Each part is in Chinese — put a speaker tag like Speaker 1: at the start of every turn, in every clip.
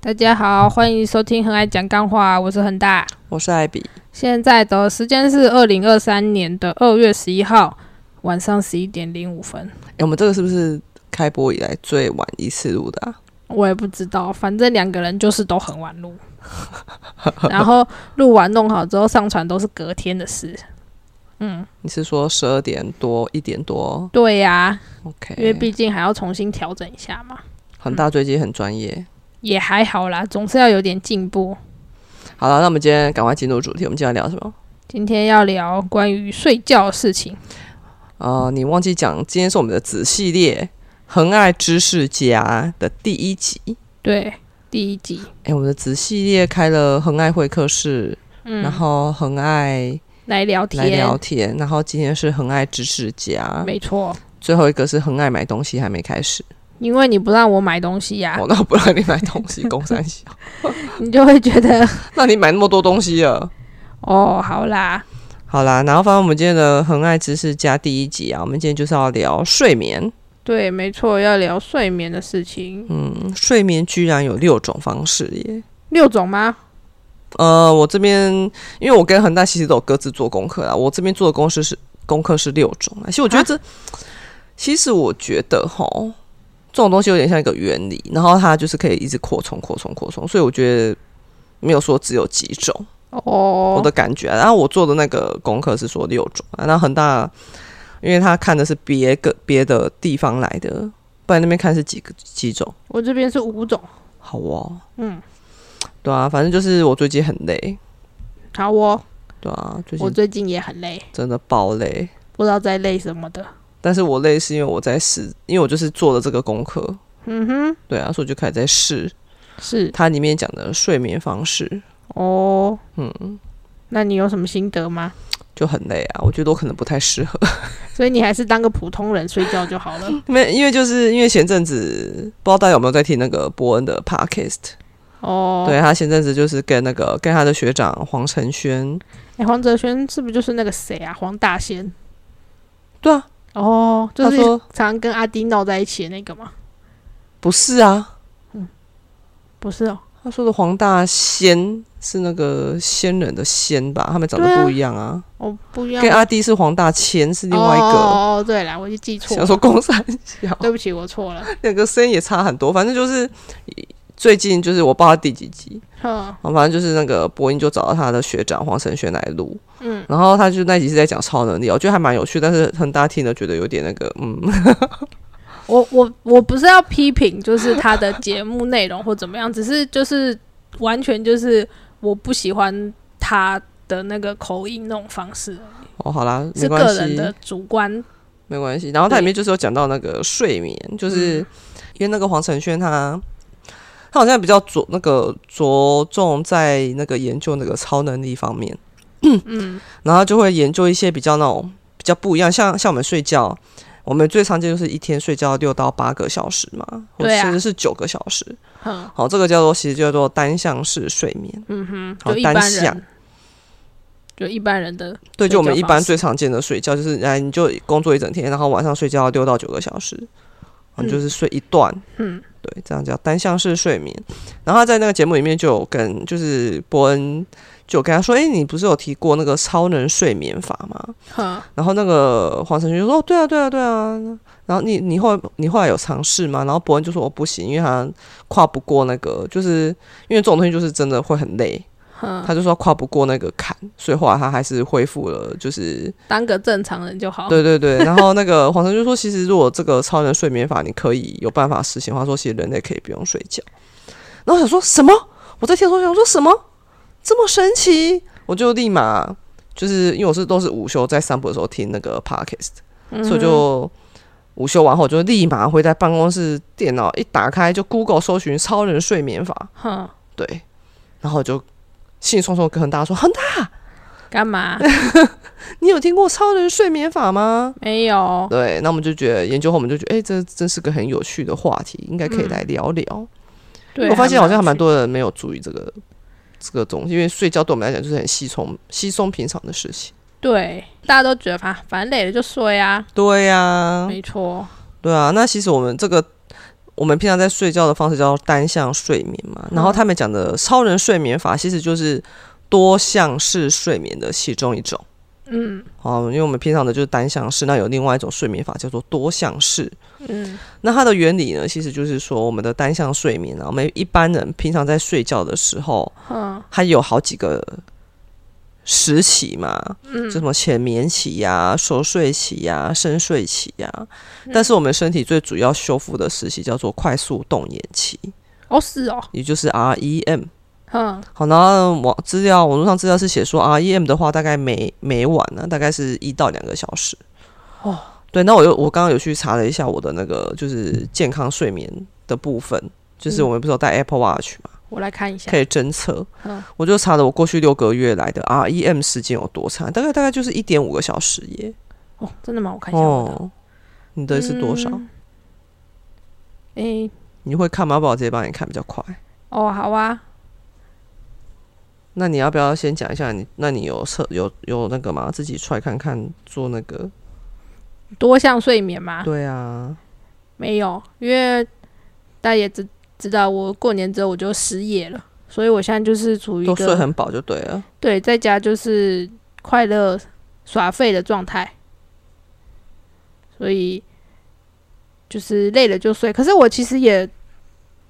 Speaker 1: 大家好，欢迎收听《很爱讲干话》，我是恒大。
Speaker 2: 我是艾比。
Speaker 1: 现在的时间是二零二三年的二月十一号晚上十一点零五分。
Speaker 2: 哎、我们这个是不是开播以来最晚一次录的、啊？
Speaker 1: 我也不知道，反正两个人就是都很晚 录，然后录完弄好之后上传都是隔天的事。嗯，
Speaker 2: 你是说十二点多、一点多
Speaker 1: 对呀、
Speaker 2: ？OK，
Speaker 1: 因为毕竟还要重新调整一下嘛，
Speaker 2: 恒大最近很专业。
Speaker 1: 也还好啦，总是要有点进步。
Speaker 2: 好了，那我们今天赶快进入主题。我们今天要聊什么？
Speaker 1: 今天要聊关于睡觉的事情，
Speaker 2: 呃，你忘记讲，今天是我们的子系列《恒爱知识家》的第一集。
Speaker 1: 对，第一集，
Speaker 2: 哎、我们的子系列开了恒爱会客室，
Speaker 1: 嗯，
Speaker 2: 然后恒爱
Speaker 1: 来聊天，
Speaker 2: 来聊天，然后今天是恒爱知识家，
Speaker 1: 没错，
Speaker 2: 最后一个是恒爱买东西还没开始。
Speaker 1: 因为你不让我买东西呀、
Speaker 2: 哦，那我不让你买东 西，公三小，
Speaker 1: 你就会觉得
Speaker 2: 那你买那么多东西了。
Speaker 1: 哦，好啦，
Speaker 2: 好啦，然后反正我们今天的《恒爱知识家》第一集啊，我们今天就是要聊睡眠。
Speaker 1: 对，没错，要聊睡眠的事情，
Speaker 2: 嗯，睡眠居然有六种方式耶。
Speaker 1: 六种吗？
Speaker 2: 呃，我这边因为我跟恒大其实都有各自做功课啦，我这边做的公式是功课是六种啦。啊其实我觉得这，其实我觉得哈，这种东西有点像一个原理，然后它就是可以一直扩充、扩充、扩充，所以我觉得没有说只有几种。我
Speaker 1: 哦，
Speaker 2: 的感觉、啊。然后我做的那个功课是说六种、啊，那恒大，因为他看的是别个别的地方来的，不然那边看是几个几种。
Speaker 1: 我这边是五种，
Speaker 2: 好哦，
Speaker 1: 嗯，
Speaker 2: 对啊，反正就是我最近很累，
Speaker 1: 好哦，
Speaker 2: 对啊，最
Speaker 1: 我
Speaker 2: 近
Speaker 1: 最近也很累，
Speaker 2: 真的爆累。
Speaker 1: 不知道在累什么的，
Speaker 2: 但是我累是因为我在试，因为我就是做了这个功课，
Speaker 1: 嗯哼，
Speaker 2: 对啊，所以我就开始在试
Speaker 1: 是
Speaker 2: 它里面讲的睡眠方式，
Speaker 1: 哦，
Speaker 2: 嗯，
Speaker 1: 那你有什么心得吗？
Speaker 2: 就很累啊，我觉得我可能不太适合。
Speaker 1: 所以你还是当个普通人睡觉就好了。
Speaker 2: 没，因为就是因为前阵子不知道大家有没有在听那个伯恩的 podcast，
Speaker 1: 哦，
Speaker 2: 对他前阵子就是跟那个跟他的学长黄承轩，
Speaker 1: 哎，黄哲轩是不是就是那个谁啊？黄大仙？
Speaker 2: 对啊，
Speaker 1: 哦，就
Speaker 2: 他
Speaker 1: 是
Speaker 2: 说
Speaker 1: 常跟阿丁闹在一起的那个吗？
Speaker 2: 不是啊，
Speaker 1: 不是哦，
Speaker 2: 他说的黄大仙是那个仙人的仙吧？他们长
Speaker 1: 对啊
Speaker 2: 得不一样啊，
Speaker 1: 哦，不一样。
Speaker 2: 跟阿弟是黄大千是另外一
Speaker 1: 哦哦
Speaker 2: 个。
Speaker 1: 哦哦对啦，我就记错
Speaker 2: 想
Speaker 1: 了，
Speaker 2: 说公三小，
Speaker 1: 对不起，我错了。
Speaker 2: 两个声音也差很多，反正就是最近就是我不知道第几集，
Speaker 1: 哼，
Speaker 2: 反正就是那个播音就找到他的学长黄承轩来录，
Speaker 1: 嗯，
Speaker 2: 然后他就那集是在讲超能力，我觉得还蛮有趣，但是很大家听了觉得有点那个，嗯，
Speaker 1: 我我我不是要批评，就是他的节目内容或怎么样，只是就是完全就是我不喜欢他的那个口音那种方式，
Speaker 2: 哦，好啦，没
Speaker 1: 是
Speaker 2: 关
Speaker 1: 个
Speaker 2: 系，
Speaker 1: 人的主观。
Speaker 2: 没关系。然后它
Speaker 1: 对嗯
Speaker 2: 里面就是有讲到那个睡眠，就是因为那个黄承轩他他好像比较着那个着重在那个研究那个超能力方面，
Speaker 1: 嗯，
Speaker 2: 然后就会研究一些比较那种比较不一样，像像我们睡觉。我们最常见就是一天睡觉六到八个小时嘛，或
Speaker 1: 对啊
Speaker 2: 甚至是九个小时。
Speaker 1: 哼，
Speaker 2: 好，这个叫做其实叫做单向式睡眠。
Speaker 1: 嗯哼，
Speaker 2: 好
Speaker 1: 就一
Speaker 2: 单
Speaker 1: 般
Speaker 2: 向
Speaker 1: 人，就一般人的
Speaker 2: 对，就我们
Speaker 1: 睡觉
Speaker 2: 一般
Speaker 1: 方式
Speaker 2: 最常见的睡觉就是，哎，你就工作一整天，然后晚上睡觉六到九个小时，然后你就是睡一段，
Speaker 1: 嗯，
Speaker 2: 对，这样叫单向式睡眠。然后他在那个节目里面就有跟，就是伯恩就有跟他说，哎，你不是有提过那个超能睡眠法吗？
Speaker 1: 哼，
Speaker 2: 然后那个黄晨就说，哦，对啊，对啊，对啊。然后你你后来你后来有尝试吗？然后伯恩就说，我、不行，因为他跨不过那个，就是因为这种东西就是真的会很累，
Speaker 1: 哼，
Speaker 2: 他就说跨不过那个坎，所以后来他还是恢复了，就是
Speaker 1: 当个正常人就好。
Speaker 2: 对对对，然后那个黄晨就说，其实如果这个超人睡眠法你可以有办法实行的话，说其实人类可以不用睡觉。然后我想说什么？我在听说想说什么这么神奇？我就立马就是因为我是都是午休在散步的时候听那个 podcast，、
Speaker 1: 嗯哼，
Speaker 2: 所以我就午休完后我就立马回在办公室，电脑一打开就 Google 搜寻超人睡眠法，
Speaker 1: 哼，
Speaker 2: 对，然后我就兴冲冲地跟恒大说：“恒大，
Speaker 1: 干嘛？
Speaker 2: 你有听过超人睡眠法吗？”
Speaker 1: 没有，
Speaker 2: 对，那我们就觉得研究后，我们就觉得，哎、这真是个很有趣的话题，应该可以来聊聊。因
Speaker 1: 嗯对，
Speaker 2: 为我发现好像还蛮
Speaker 1: 有趣
Speaker 2: 多人没有注意这个这个东西，因为睡觉对我们来讲就是很稀松稀松平常的事情。
Speaker 1: 对，大家都觉得反反正累了就睡啊，
Speaker 2: 对呀、
Speaker 1: 没错，
Speaker 2: 对啊。那其实我们这个，我们平常在睡觉的方式叫单向睡眠嘛，
Speaker 1: 嗯
Speaker 2: 然后他们讲的超人睡眠法其实就是多项式睡眠的其中一种。
Speaker 1: 嗯
Speaker 2: 哦，因为我们平常的就是单向式，那有另外一种睡眠法叫做多项式。
Speaker 1: 嗯
Speaker 2: 那它的原理呢，其实就是说我们的单向睡眠啊，我们一般人平常在睡觉的时候，
Speaker 1: 嗯
Speaker 2: 它有好几个时期嘛，就什
Speaker 1: 嗯，
Speaker 2: 么浅眠期呀、熟睡期呀、深睡期呀、
Speaker 1: 嗯
Speaker 2: 但是我们身体最主要修复的时期叫做快速动眼期，
Speaker 1: 哦是哦，
Speaker 2: 也就是 E REM。
Speaker 1: 嗯
Speaker 2: 好，然后网资料网络上资料是写说 REM 的话，大概每每晚呢，大概是一到两个小时。
Speaker 1: 哦，
Speaker 2: 对，那我又我刚刚有去查了一下我的那个就是健康睡眠的部分，就是
Speaker 1: 嗯
Speaker 2: 我们不是有带 Apple Watch 嘛，
Speaker 1: 我来看一下
Speaker 2: 可，以侦测。
Speaker 1: 嗯
Speaker 2: 我就查了我过去六个月来的 REM 时间有多长，大概大概就是一点五个小时耶。
Speaker 1: 哦真的吗？我看一下我的，
Speaker 2: 哦，你的是多少？
Speaker 1: 嗯？诶、
Speaker 2: 你会看吗？要不然我直接帮你看比较快。
Speaker 1: 哦好啊，
Speaker 2: 那你要不要先讲一下你？那你有测有有那个吗？自己出来看看做那个？
Speaker 1: 多项睡眠吗？
Speaker 2: 对啊，
Speaker 1: 没有，因为大家也知知道，我过年之后我就失业了，所以我现在就是处于一
Speaker 2: 都睡
Speaker 1: 个
Speaker 2: 很饱就对了。
Speaker 1: 对在家就是快乐耍废的状态，所以就是累了就睡。可是我其实也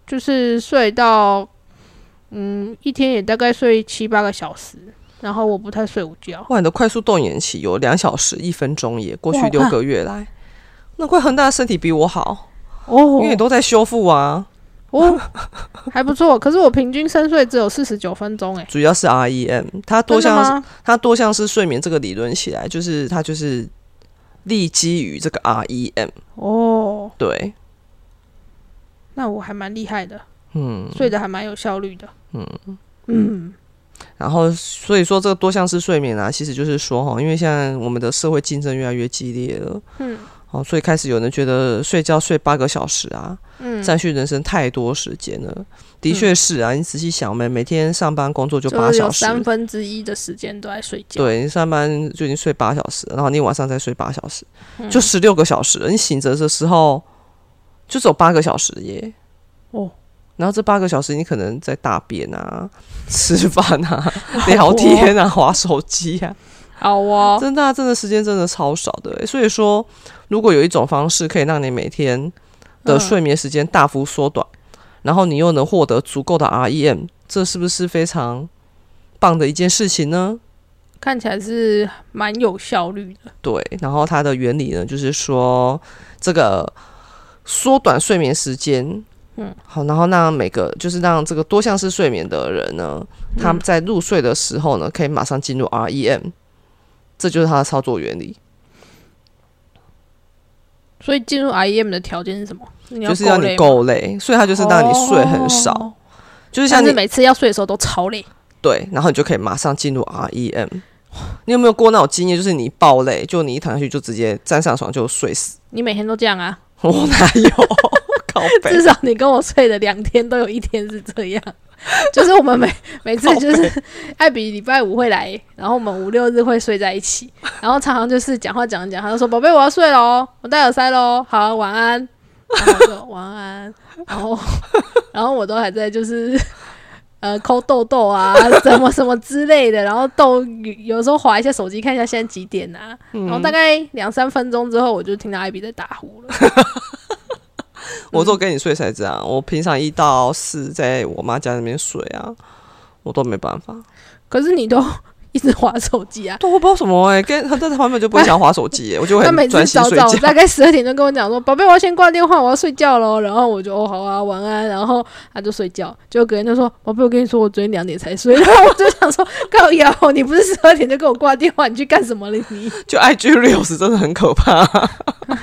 Speaker 1: 就是睡到嗯一天也大概睡七八个小时，然后我不太睡午觉。
Speaker 2: 哇，你的快速动眼期有两小时一分钟耶，过去
Speaker 1: 哇
Speaker 2: 六个月来，那怪恒大的身体比我好，因
Speaker 1: 哦
Speaker 2: 为你都在修复啊，
Speaker 1: 哦，还不错。可是我平均深睡只有四十九分钟、欸，
Speaker 2: 主要是 REM，它多
Speaker 1: 真的
Speaker 2: 项是
Speaker 1: 吗？
Speaker 2: 它多项是睡眠这个理论起来，就是它就是立基于这个 REM，
Speaker 1: 哦，
Speaker 2: 对，
Speaker 1: 那我还蛮厉害的，
Speaker 2: 嗯，
Speaker 1: 睡得还蛮有效率的。
Speaker 2: 嗯
Speaker 1: 嗯
Speaker 2: 然后所以说这个多项式睡眠啊，其实就是说哈，因为现在我们的社会竞争越来越激烈了，
Speaker 1: 嗯
Speaker 2: 哦，所以开始有人觉得睡觉睡八个小时啊，
Speaker 1: 嗯，
Speaker 2: 占据人生太多时间了。的确是啊，你仔细想，我们每天上班工作就八
Speaker 1: 是有
Speaker 2: 小时，
Speaker 1: 三分之一的时间都在睡觉。
Speaker 2: 对你上班就已经睡八小时，然后你晚上再睡八小时，
Speaker 1: 嗯
Speaker 2: 就十六个小时了。你醒着的时候就只有八个小时耶。
Speaker 1: 哦，
Speaker 2: 然后这八个小时你可能在大便 啊、吃饭啊、 聊天啊、划手机啊，
Speaker 1: 哦好哦，
Speaker 2: 真的啊、真的时间真的超少的耶。所以说，如果有一种方式可以让你每天的
Speaker 1: 嗯
Speaker 2: 睡眠时间大幅缩短，然后你又能获得足够的 REM，这是不是非常棒的一件事情呢？
Speaker 1: 看起来是蛮有效率的。
Speaker 2: 对，然后它的原理呢，就是说这个缩短睡眠时间，
Speaker 1: 嗯，
Speaker 2: 好，然后让每个就是让这个多项式睡眠的人呢，
Speaker 1: 嗯
Speaker 2: 他在入睡的时候呢，可以马上进入 REM，这就是它的操作原理，
Speaker 1: 所以进入 IEM 的条件是什么？你
Speaker 2: 就是
Speaker 1: 要
Speaker 2: 让你
Speaker 1: 累吗，
Speaker 2: 够累，所以它就是让你睡很少，
Speaker 1: 哦
Speaker 2: 就是像
Speaker 1: 但
Speaker 2: 你
Speaker 1: 是每次要睡的时候都超累。
Speaker 2: 对，然后你就可以马上进入 REM。你有没有过那种经验，就是你爆累，就你一躺下去就直接站上床就睡死？
Speaker 1: 你每天都这样啊？
Speaker 2: 我哪有？ 靠背
Speaker 1: 至。少你跟我睡的两天都有一天是这样， 就是我们每每次就是艾比礼拜五会来，然后我们五六日会睡在一起，然后常常就是讲话讲一讲，他就说：“宝贝，我要睡喽，我戴耳塞喽，好，晚安。” 然后我就晚安，然后 然后我都还在就是。 呃，抠痘痘啊， 什么什么之类的，然后痘有有时候划一下手机，看一下现在几点啊，然后大概两三分钟之后，我就听到艾比在打呼了。
Speaker 2: 我只有跟你睡才这样，我平常一到四在我妈家那边睡啊，我都没办法。
Speaker 1: 可是你都 一直划手机啊，
Speaker 2: 对，我不知道什么哎、跟他在旁边就不会想划手机、欸，我就会
Speaker 1: 他每
Speaker 2: 很
Speaker 1: 次
Speaker 2: 专心
Speaker 1: 早
Speaker 2: 睡
Speaker 1: 早
Speaker 2: 觉。
Speaker 1: 大概十二点就跟我讲说：“宝贝，我要先挂电话，我要睡觉喽。”然后我就哦好啊，晚安。然后他就睡觉，结果隔天就说：“宝贝，我跟你说，我昨天两点才睡。” 然后我就想说：“高瑶，你不是十二点就跟我挂电话，你去干什么了你？
Speaker 2: 就 IG reels 真的很可怕，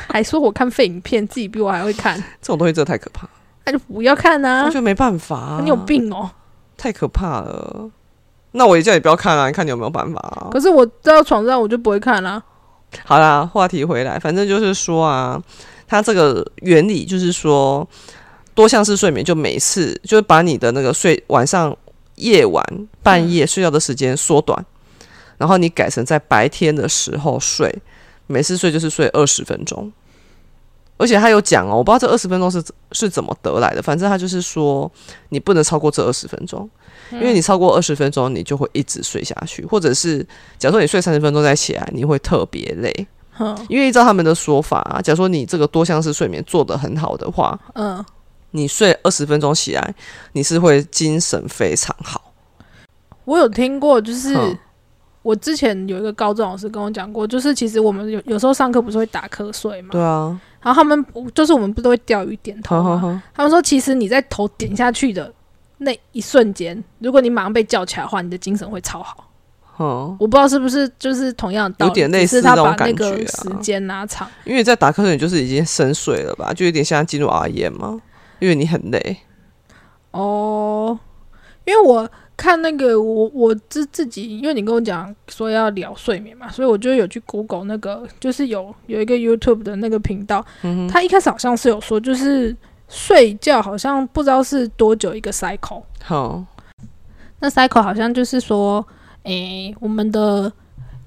Speaker 1: 还说我看废影片，自己比我还会看，
Speaker 2: 这种东西真的太可怕，
Speaker 1: 那就不要看啊
Speaker 2: 我觉！得没办法、啊。
Speaker 1: 你有？病哦！
Speaker 2: 太可怕了。那我也叫你不要看啊，你看你有没有办法、啊？
Speaker 1: 可是我到床上我就不会看啊啦、
Speaker 2: 好啦，话题回来，反正就是说啊，它这个原理就是说，多项式睡眠就每次就是把你的那个睡晚上夜晚半夜睡觉的时间缩短，然后你改成在白天的时候睡，每次睡就是睡二十分钟。而且他有讲哦，我不知道这二十分钟是是怎么得来的，反正他就是说你不能超过这二十分钟，因为你超过二十分钟，你就会一直睡下去，或者是假如说你睡三十分钟再起来，你会特别累。
Speaker 1: 嗯
Speaker 2: 因为依照他们的说法、啊，假如说你这个多项式睡眠做得很好的话，
Speaker 1: 嗯，
Speaker 2: 你睡二十分钟起来，你是会精神非常好。
Speaker 1: 我有听过，就是
Speaker 2: 嗯
Speaker 1: 我之前有一个高中老师跟我讲过，就是其实我们有有时候上课不是会打瞌睡嘛，
Speaker 2: 对啊，
Speaker 1: 然后他们就是我们不都会钓鱼点头
Speaker 2: 好好
Speaker 1: 吗？
Speaker 2: 好，
Speaker 1: 他们说，其实你在头点下去的那一瞬间，如果你马上被叫起来的话，你的精神会超好。
Speaker 2: 嗯，
Speaker 1: 我不知道是不是就是同样的道理，
Speaker 2: 有点类似
Speaker 1: 只是他把
Speaker 2: 那
Speaker 1: 那
Speaker 2: 种感觉啊
Speaker 1: 个时间拉长。
Speaker 2: 因为在打瞌睡，你就是已经深睡了吧，就有点像进入 REM 嘛，因为你很累。
Speaker 1: 哦，因为我看那个我我自自己，因为你跟我讲说要聊睡眠嘛，所以我就有去 Google 那个，就是有有一个 YouTube 的那个频道，
Speaker 2: 嗯哼，
Speaker 1: 他一开始好像是有说，就是睡觉好像不知道是多久一个 cycle，
Speaker 2: 好，
Speaker 1: 那 cycle 好像就是说，诶、我们的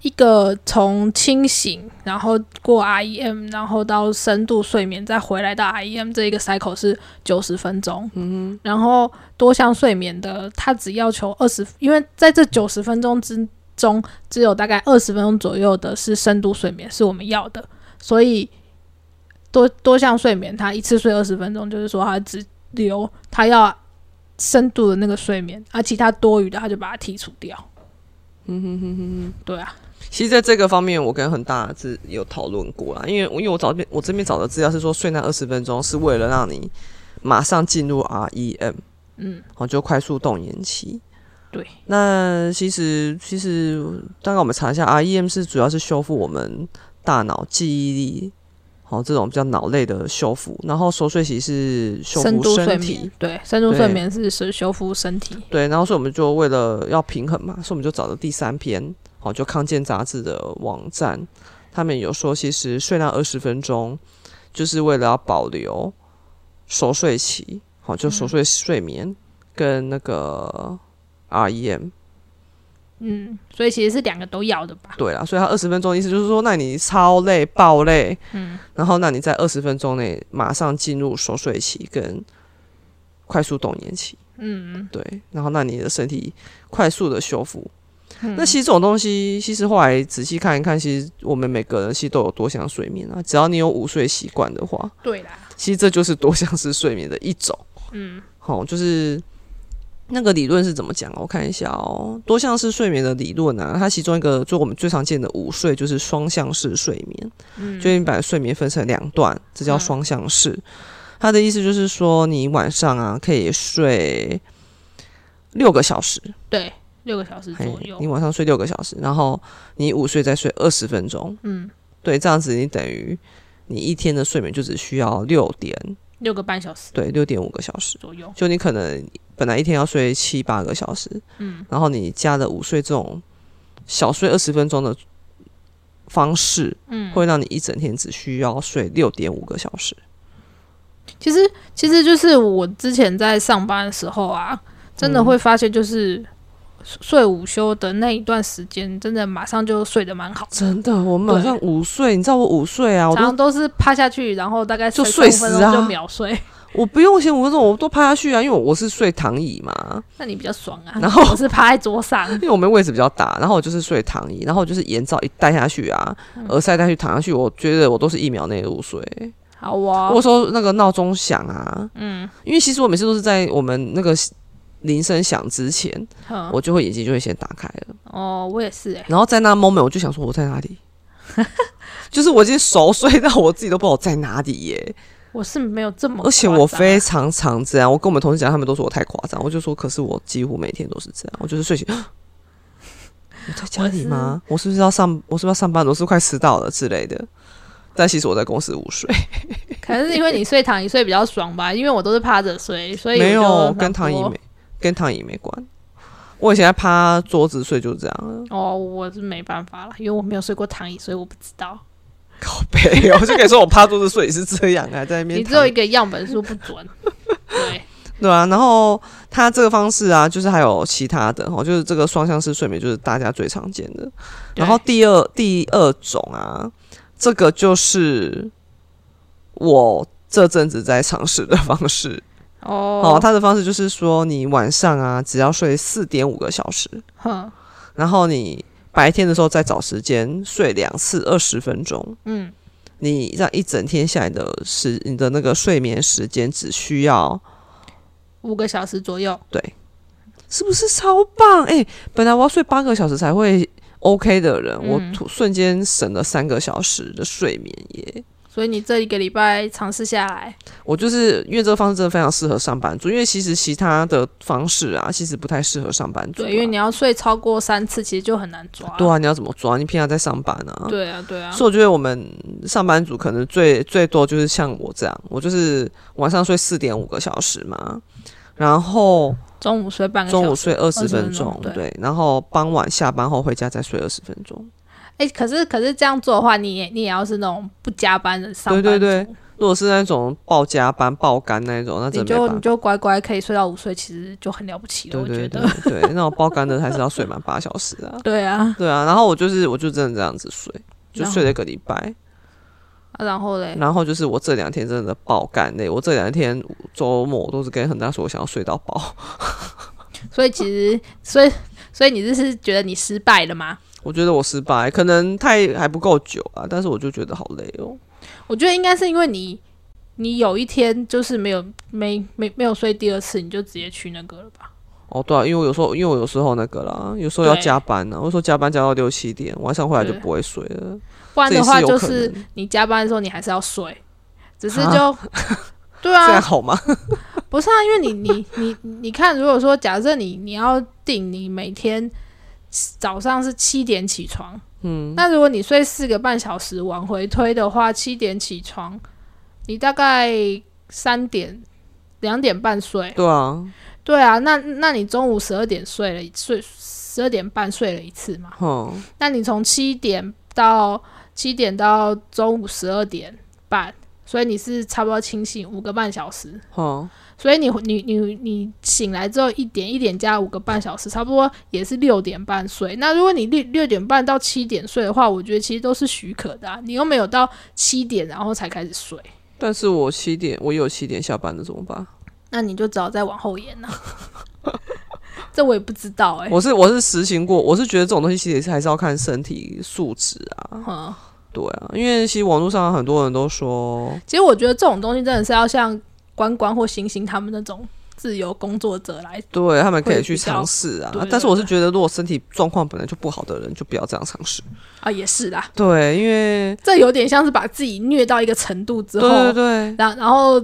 Speaker 1: 一个从清醒，然后过 REM，然后到深度睡眠，再回来到 REM 这一个 cycle 是九十分钟。
Speaker 2: 嗯
Speaker 1: 然后多项睡眠的，它只要求二十，因为在这九十分钟之中，只有大概二十分钟左右的是深度睡眠，是我们要的。所以多多项睡眠，它一次睡二十分钟，就是说它只留它要深度的那个睡眠，而、其他多余的，它就把它剔除掉。
Speaker 2: 哼，嗯哼哼哼哼。
Speaker 1: 对啊，
Speaker 2: 其实，在这个方面，我跟恒大是有讨论过啦，因为因为我找这边我这边找的资料是说，睡那二十分钟是为了让你马上进入 REM，
Speaker 1: 嗯，
Speaker 2: 哦，就快速动眼期。
Speaker 1: 对，
Speaker 2: 那其实其实大概我们查一下，REM 是主要是修复我们大脑记忆力，好、这种比较脑类的修复。然后熟睡期是修
Speaker 1: 深
Speaker 2: 复
Speaker 1: 度睡
Speaker 2: 身体
Speaker 1: 眠，，对，深度
Speaker 2: 对
Speaker 1: 睡眠是是修复身体。
Speaker 2: 对。然后所以我们就为了要平衡嘛，所以我们就找了第三篇，好、就康健杂志的网站，他们有说其实睡那二十分钟，就是为了要保留熟睡期，好、就熟睡睡眠跟那个 E REM。
Speaker 1: 嗯，所以其实是两个都要的吧？
Speaker 2: 对啦，所以他二十分钟的意思就是说，那你超累、爆累，
Speaker 1: 嗯，
Speaker 2: 然后那你在二十分钟内马上进入熟睡期跟快速动眼期，
Speaker 1: 嗯，
Speaker 2: 对，然后那你的身体快速的修复。
Speaker 1: 嗯
Speaker 2: 那其实这种东西，其实后来仔细看一看，其实我们每个人其实都有多项睡眠啊。只要你有午睡习惯的话，
Speaker 1: 对啦，
Speaker 2: 其实这就是多项式睡眠的一种。
Speaker 1: 嗯，
Speaker 2: 好、就是那个理论是怎么讲哦？我看一下哦，多项式睡眠的理论啊，它其中一个就我们最常见的午睡就是双向式睡眠，
Speaker 1: 嗯
Speaker 2: 就你把睡眠分成两段，这叫
Speaker 1: 嗯
Speaker 2: 双向式。它的意思就是说，你晚上啊可以睡六个小时，
Speaker 1: 对，六个小时
Speaker 2: 嘿
Speaker 1: 左右
Speaker 2: 你。晚上睡六个小时，然后你午睡再睡二十分钟，
Speaker 1: 嗯，
Speaker 2: 对，这样子你等于你一天的睡眠就只需要六点，
Speaker 1: 六个半小时
Speaker 2: 对，六点五个小时。
Speaker 1: 左右。
Speaker 2: 就你可能本来一天要睡七八个小时，
Speaker 1: 嗯，
Speaker 2: 然后你加了午睡这种小睡二十分钟的方式，
Speaker 1: 嗯，
Speaker 2: 会让你一整天只需要睡六点五个小时。
Speaker 1: 其实其实就是我之前在上班的时候啊，真的会发现就是睡午休的那一段时间，真的马上就睡得蛮好的。
Speaker 2: 真的，我马上午睡，你知道我午睡啊，我
Speaker 1: 常常
Speaker 2: 都
Speaker 1: 都是趴下去，然后大概
Speaker 2: 就
Speaker 1: 睡
Speaker 2: 睡
Speaker 1: 分
Speaker 2: 死啊
Speaker 1: 钟就秒睡，
Speaker 2: 我不用先五分钟，我都趴下去啊，因为我我是睡躺椅嘛，
Speaker 1: 那你比较爽啊。
Speaker 2: 然后
Speaker 1: 我是趴在桌上，
Speaker 2: 因为我们位置比较大，然后我就是睡躺椅，然后我就是眼罩一戴下去啊，
Speaker 1: 嗯
Speaker 2: 耳塞戴下去躺下去，我觉得我都是一秒内入睡。
Speaker 1: 好哇、
Speaker 2: 或者说那个闹钟响啊，
Speaker 1: 嗯，
Speaker 2: 因为其实我每次都是在我们那个铃声响之前，
Speaker 1: 哼
Speaker 2: 我就会眼睛就会先打开了，
Speaker 1: 哦，我也是哎、
Speaker 2: 然后在那 moment 我就想说我在哪里， 就是我已经熟睡到我自己都不知道我在哪里耶，
Speaker 1: 我是没有这么夸张啊，
Speaker 2: 而且我非常常这样，我跟我们同事讲，他们都说我太夸张，我就说可是我几乎每天都是这样，我就是睡醒。 我在家里吗？我是不是要上？我是不是要上班？我是不是快迟到了之类的。但其实我在公司午睡，
Speaker 1: 可能是因为你睡躺椅睡比较爽吧，因为我都是趴着睡，所以
Speaker 2: 没
Speaker 1: 我就
Speaker 2: 有
Speaker 1: 想
Speaker 2: 跟躺椅
Speaker 1: 说
Speaker 2: 没跟躺椅没关。我以前在趴桌子睡就这样了，
Speaker 1: 哦，我是没办法了，因为我没有睡过躺椅，所以我不知道。
Speaker 2: 靠背， 我就跟你说我趴桌子睡也是这样啊，在那边
Speaker 1: 你
Speaker 2: 躺
Speaker 1: 只有一个样本数不 准。对，
Speaker 2: 对啊，然后它这个方式啊，就是还有其他的哦，就是这个双向式睡眠就是大家最常见的。然后第二第二种啊，这个就是我这阵子在尝试的方式。哦，
Speaker 1: 哦，
Speaker 2: 他的方式就是说，你晚上啊，只要睡四点五个小时，
Speaker 1: 哼，
Speaker 2: 然后你白天的时候再找时间睡两次二十分钟，
Speaker 1: 嗯，
Speaker 2: 你这样一整天下来的时，你的那个睡眠时间只需要，
Speaker 1: 五个小时左右，
Speaker 2: 是不是超棒？哎、本来我要睡八个小时才会 OK 的人，我
Speaker 1: 嗯
Speaker 2: 突瞬间省了三个小时的睡眠耶！
Speaker 1: 所以你这一个礼拜尝试下来，
Speaker 2: 我就是因为这个方式真的非常适合上班族，因为其实其他的方式啊，其实不太适合上班族啊、
Speaker 1: 对，因为你要睡超过三次，其实就很难抓。
Speaker 2: 对啊，你要怎么抓？你平常在上班啊，
Speaker 1: 对啊，对啊，
Speaker 2: 所以我觉得我们上班族可能最最多就是像我这样，我就是晚上睡四点五个小时嘛，然后
Speaker 1: 中午睡半个小时，
Speaker 2: 中午睡二十分钟
Speaker 1: 20分钟，对
Speaker 2: 对，然后傍晚下班后回家再睡二十分钟。
Speaker 1: 哎、可是可是这样做的话，你也你也要是那种不加班的上
Speaker 2: 对
Speaker 1: 班
Speaker 2: 对对
Speaker 1: 族，
Speaker 2: 如果是那种爆加班、爆肝那一种，那
Speaker 1: 你
Speaker 2: 真的
Speaker 1: 就
Speaker 2: 没办
Speaker 1: 你
Speaker 2: 法。
Speaker 1: 就乖乖可以睡到午睡，其实就很了不起了，
Speaker 2: 对
Speaker 1: 我觉
Speaker 2: 对对
Speaker 1: 得。。
Speaker 2: 对，那种爆肝的还是要睡满八小时啊
Speaker 1: 对啊，
Speaker 2: 对啊，然后我就是我就真的这样子睡，就
Speaker 1: 然后
Speaker 2: 睡了一个礼拜。
Speaker 1: 啊然后嘞，
Speaker 2: 然后就是我这两天真的爆肝累，我这两天周末我都是跟恒大说我想要睡到爆。
Speaker 1: 所以其实所以所以你这是觉得你失败了吗？
Speaker 2: 我觉得我失败，可能太还不够久啊，但是我就觉得好累哦。
Speaker 1: 我觉得应该是因为你你有一天就是没有没没没有睡第二次，你就直接去那个了吧？
Speaker 2: 哦，对啊，因为我有时候，因为我有时候那个啦，有时候要
Speaker 1: 对
Speaker 2: 加班呢、啊，我有时候加班加到六七点，晚上回来就
Speaker 1: 对
Speaker 2: 不会睡了。
Speaker 1: 不然
Speaker 2: 这也
Speaker 1: 的话
Speaker 2: 是有
Speaker 1: 就
Speaker 2: 可
Speaker 1: 是
Speaker 2: 能
Speaker 1: 你加班的时候你还是要睡，只是
Speaker 2: 啊
Speaker 1: 就对
Speaker 2: 这样
Speaker 1: 啊，
Speaker 2: 好吗？
Speaker 1: 不是啊，因为你你你你看，如果说假设你你要定你每天早上是七点起床，嗯，那如果你睡四个半小时往回推的话，七点起床，你大概三点两点半睡，
Speaker 2: 对啊，
Speaker 1: 对啊，那那你中午十二点睡了一睡十二点半睡了一次嘛，
Speaker 2: 哼，
Speaker 1: 那你从七点到七点到中午十二点半，所以你是差不多清醒五个半小时，
Speaker 2: 哼，
Speaker 1: 所以你你你你醒来之后一点一点加五个半小时，差不多也是六点半睡。那如果你六六点半到七点睡的话，我觉得其实都是许可的、啊。你又没有到七点然后才开始睡，
Speaker 2: 但是我七点，我有七点下班的怎么办？
Speaker 1: 那你就只好再往后延了、啊 这我也不知道哎、
Speaker 2: 我是我是实行过，我是觉得这种东西其实还是要看身体素质啊，
Speaker 1: 嗯，
Speaker 2: 对啊，因为其实网络上很多人都说，
Speaker 1: 其实我觉得这种东西真的是要像关关或星星他们那种自由工作者来。
Speaker 2: 对他们可
Speaker 1: 会
Speaker 2: 以
Speaker 1: 比
Speaker 2: 去
Speaker 1: 较
Speaker 2: 尝试啊
Speaker 1: 对，
Speaker 2: 但是
Speaker 1: 对
Speaker 2: 我是觉得如果身体状况本来就不好的人，就不要这样尝试。
Speaker 1: 啊，也是啦，
Speaker 2: 对，因为
Speaker 1: 这有点像是把自己虐到一个程度之后，
Speaker 2: 对对对，
Speaker 1: 然然后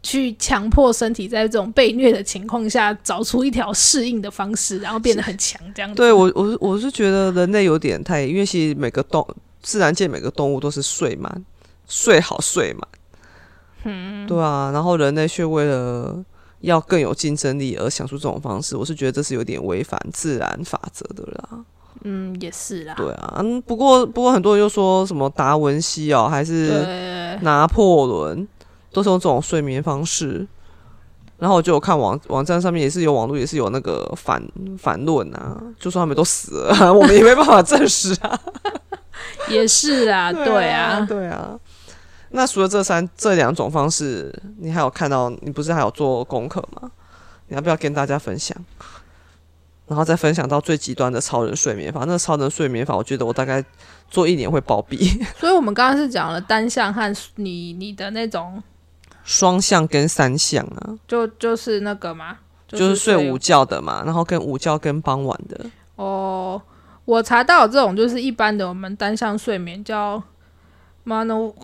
Speaker 1: 去强迫身体在这种被虐的情况下，找出一条适应的方式，然后变得很强，这样子。
Speaker 2: 对我我是我是觉得人类有点太，因为其实每个动自然界每个动物都是睡满，睡好睡满，嗯，对啊，然后人类却为了要更有竞争力而想出这种方式，我是觉得这是有点违反自然法则的啦，
Speaker 1: 嗯，也是啦。
Speaker 2: 对啊，嗯，不过不过很多人又说什么达文西哦，还是
Speaker 1: 对，
Speaker 2: 拿破仑都是用这种睡眠方式。然后我就有看网网站上面也是有网络也是有那个反反论啊，就说他们都死了 啊、我们也没办法证实啊。
Speaker 1: 也是啦，对
Speaker 2: 啊，
Speaker 1: 啊。
Speaker 2: 对啊。那除了这三这两种方式，你还有看到你不是还有做功课吗？你要不要跟大家分享？然后再分享到最极端的超人睡眠法。那个超人睡眠法，我觉得我大概做一年会暴毙，
Speaker 1: 所以我们刚刚是讲了单项和你你的那种，
Speaker 2: 双向跟三项啊。
Speaker 1: 就就是那个嘛，
Speaker 2: 就是睡午
Speaker 1: 午
Speaker 2: 觉的嘛，然后跟午觉跟傍晚的，
Speaker 1: 哦。我查到这种就是一般的我们单项睡眠叫 mono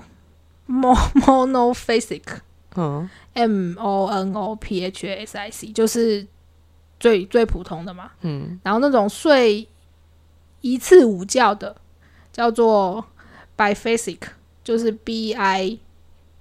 Speaker 1: mo monophasic，
Speaker 2: 嗯，
Speaker 1: M O N O P H A S I C，就是最最普通的嘛。嗯，然后那种睡一次午觉的叫做 biphasic，就是 B I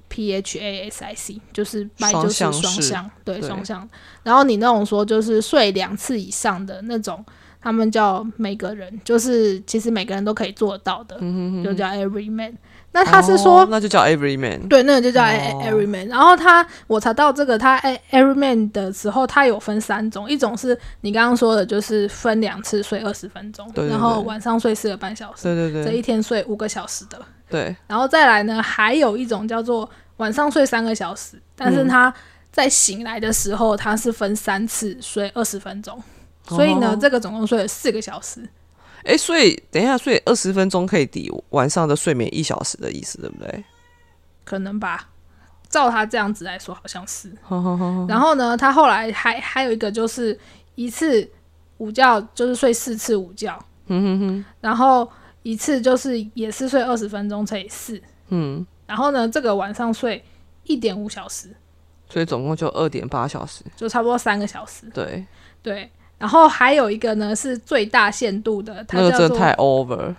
Speaker 1: P H A S I C，就是 bi
Speaker 2: 双
Speaker 1: 就是
Speaker 2: 向
Speaker 1: 双
Speaker 2: 式
Speaker 1: 向，对
Speaker 2: 对
Speaker 1: 双向。然后你那种说就是睡两次以上的那种，他
Speaker 2: 嗯
Speaker 1: 们叫每个人，就是其实每个人都可以做到的，就叫 every man。那啊他是说
Speaker 2: 哦那就叫 Every Man。
Speaker 1: 对，那个就叫
Speaker 2: 哦
Speaker 1: e v e r y Man。然后他我查到这个，他 e v e r y Man 的时候，它有分三种，一种是你刚刚说的，就是分两次睡二十分钟，
Speaker 2: 对对
Speaker 1: 然后
Speaker 2: 对
Speaker 1: 晚上睡四个半小时，
Speaker 2: 对对
Speaker 1: 这一
Speaker 2: 对
Speaker 1: 天睡五个小时的。
Speaker 2: 对，
Speaker 1: 然后再来呢，还有一种叫做晚上睡三个小时，但是
Speaker 2: 嗯
Speaker 1: 他在醒来的时候，他是分三次睡二十分钟。所以呢
Speaker 2: 哦，
Speaker 1: 这个总共睡了四个小时，
Speaker 2: 哎，所以等一下，所以二十分钟可以抵晚上的睡眠一小时的意思，对不对？
Speaker 1: 可能吧？照他这样子来说，好像是。
Speaker 2: 好好好好
Speaker 1: 然后呢，他后来还还有一个就是一次午觉就是睡四次午觉，
Speaker 2: 嗯哼哼，
Speaker 1: 然后一次就是也是睡二十分钟乘以四，
Speaker 2: 嗯，
Speaker 1: 然后呢这个晚上睡一点五小时，
Speaker 2: 所以总共就二点八小时。
Speaker 1: 就差不多三个小时。
Speaker 2: 对，
Speaker 1: 对，然后还有一个呢是最大限度的，它
Speaker 2: 那个
Speaker 1: 叫
Speaker 2: 真的
Speaker 1: 做
Speaker 2: 太 over。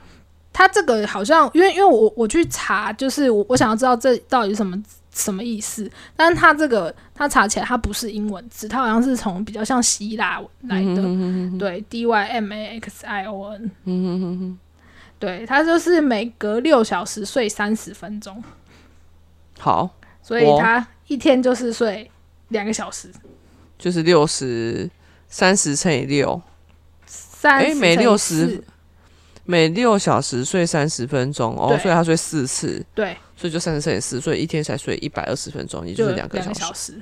Speaker 1: 它这个好像因为因为我我去查，就是我我想要知道这到底是什么。什么意思？但是它这个，它查起来它不是英文字，它好像是从比较像希腊文来的，
Speaker 2: 嗯哼哼
Speaker 1: 对，D Y M A X I O N，
Speaker 2: 嗯哼哼哼，
Speaker 1: 对，它就是每隔六小时睡三十分钟，
Speaker 2: 好，
Speaker 1: 所以
Speaker 2: 哦
Speaker 1: 它一天就是睡两个小时，
Speaker 2: 就是六十三十乘以六，
Speaker 1: 三
Speaker 2: 诶每
Speaker 1: 乘以
Speaker 2: 60
Speaker 1: 四
Speaker 2: 每六小时睡三十分钟哦
Speaker 1: 对，
Speaker 2: 所以他睡四次，
Speaker 1: 对，
Speaker 2: 所以就三十乘以四，所以一天才睡一百二十分钟，也就
Speaker 1: 就是两
Speaker 2: 个小
Speaker 1: 小，时。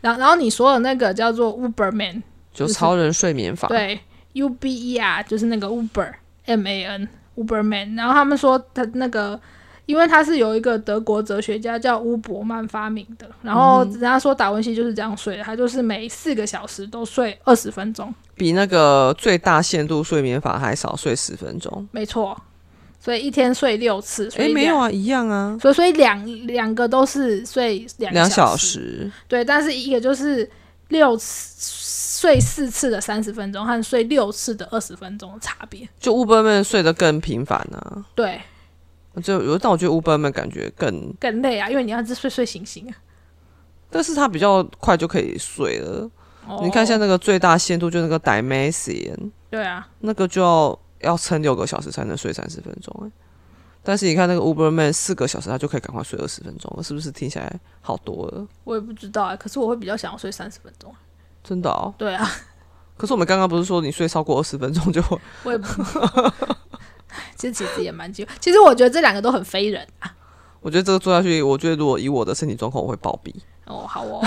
Speaker 1: 然后然后你说的那个叫做 Uberman，
Speaker 2: 就
Speaker 1: 就是
Speaker 2: 超人睡眠法。
Speaker 1: 对，U B E R 就是那个 Uber M A N Uberman，然后他们说他那个。因为他是有一个德国哲学家叫乌伯曼发明的，然后
Speaker 2: 嗯
Speaker 1: 人家说达文西就是这样睡的，他就是每四个小时都睡二十分钟，
Speaker 2: 比那个最大限度睡眠法还少睡十分钟。
Speaker 1: 没错，所以一天睡六次，所
Speaker 2: 诶，
Speaker 1: 以
Speaker 2: 没有
Speaker 1: 两，
Speaker 2: 啊，一样啊，
Speaker 1: 所以所以两两个都是睡两
Speaker 2: 两
Speaker 1: 个
Speaker 2: 小
Speaker 1: 时，
Speaker 2: 时。
Speaker 1: 对，但是一个就是六次睡四次的三十分钟和睡六次的二十分钟的差别，
Speaker 2: 就 Uber 们睡得更频繁啊，
Speaker 1: 对，
Speaker 2: 就有但我觉得 Uber 们感觉更，
Speaker 1: 更累啊，因为你要一直睡睡醒醒啊。
Speaker 2: 但是他比较快就可以睡了。
Speaker 1: 哦
Speaker 2: 你看像那个最大限度就那个 d i m e s i o n
Speaker 1: 对啊，
Speaker 2: 那个就要要撑六个小时才能睡三十分钟、欸。但是你看那个 Uberman 四个小时，他就可以赶快睡二十分钟了，是不是听起来好多了？
Speaker 1: 我也不知道啊，可是我会比较想要睡三十分钟。
Speaker 2: 真的哦。
Speaker 1: 对啊，
Speaker 2: 可是我们刚刚不是说你睡超过二十分钟就会？
Speaker 1: 我也不。 其实其实也蛮久，其实我觉得这两个都很非人。
Speaker 2: 我觉得这个做下去，我觉得如果以我的身体状况，我会 暴毙。
Speaker 1: 哦，好哦，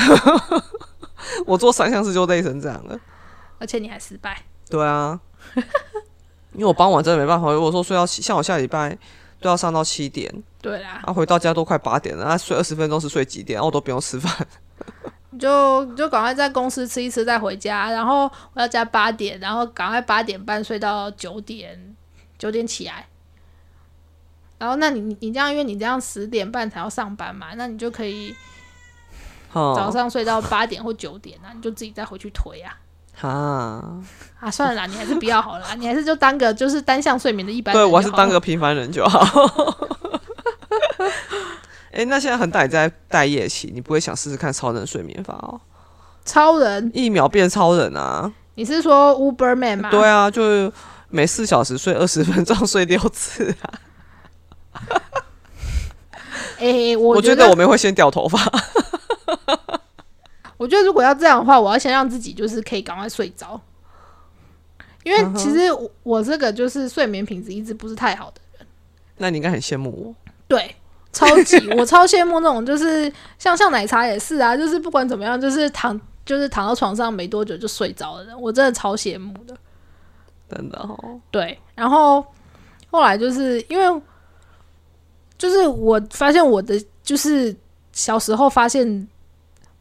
Speaker 2: 我做三项事就累成这样了。
Speaker 1: 而且你还失败，
Speaker 2: 对啊，因为我傍晚真的没办法。如果说睡到七，像我下礼拜都要上到七点，
Speaker 1: 对啦，
Speaker 2: 啊，回到家都快八点了，啊，睡二十分钟是睡几点？啊然后都不用吃饭。
Speaker 1: 你就你就赶快在公司吃一吃，再回家。然后我要加八点，然后赶快八点半睡到九点，九点起来。然后，那你你你这样，因为你这样十点半才要上班嘛，那你就可以 早
Speaker 2: 哈
Speaker 1: 上睡到八点或九点啊，你就自己再回去推啊。
Speaker 2: 哈，
Speaker 1: 啊，算了啦，你还是不要好了啦，你还是就当个就是单向睡眠的一般人就
Speaker 2: 对
Speaker 1: 好
Speaker 2: 我
Speaker 1: 了。
Speaker 2: 还是当个平凡人就好。 哎、那现在恒大也在待业期，你不会想试试看超人睡眠法哦？
Speaker 1: 超人。
Speaker 2: 一秒变超人啊！
Speaker 1: 你是说 Uberman 吗？
Speaker 2: 对啊，就每四小时睡二十分钟，睡六次啊、
Speaker 1: 诶、
Speaker 2: 我
Speaker 1: 我觉
Speaker 2: 得我们会先掉头发。
Speaker 1: 我觉得如果要这样的话，我要先让自己就是可以赶快睡着，因为
Speaker 2: 嗯
Speaker 1: 其实我我这个就是睡眠品质一直不是太好的，
Speaker 2: 那你应该很羡慕
Speaker 1: 对，超级 我超羡慕那种就是像像奶茶也是啊，就是不管怎么样，就是躺就是躺到床上没多久就睡着的人，我真的超羡慕的。
Speaker 2: 我，真的哦。
Speaker 1: 对，然后后来就是因为，就是我发现我的就是小时候发现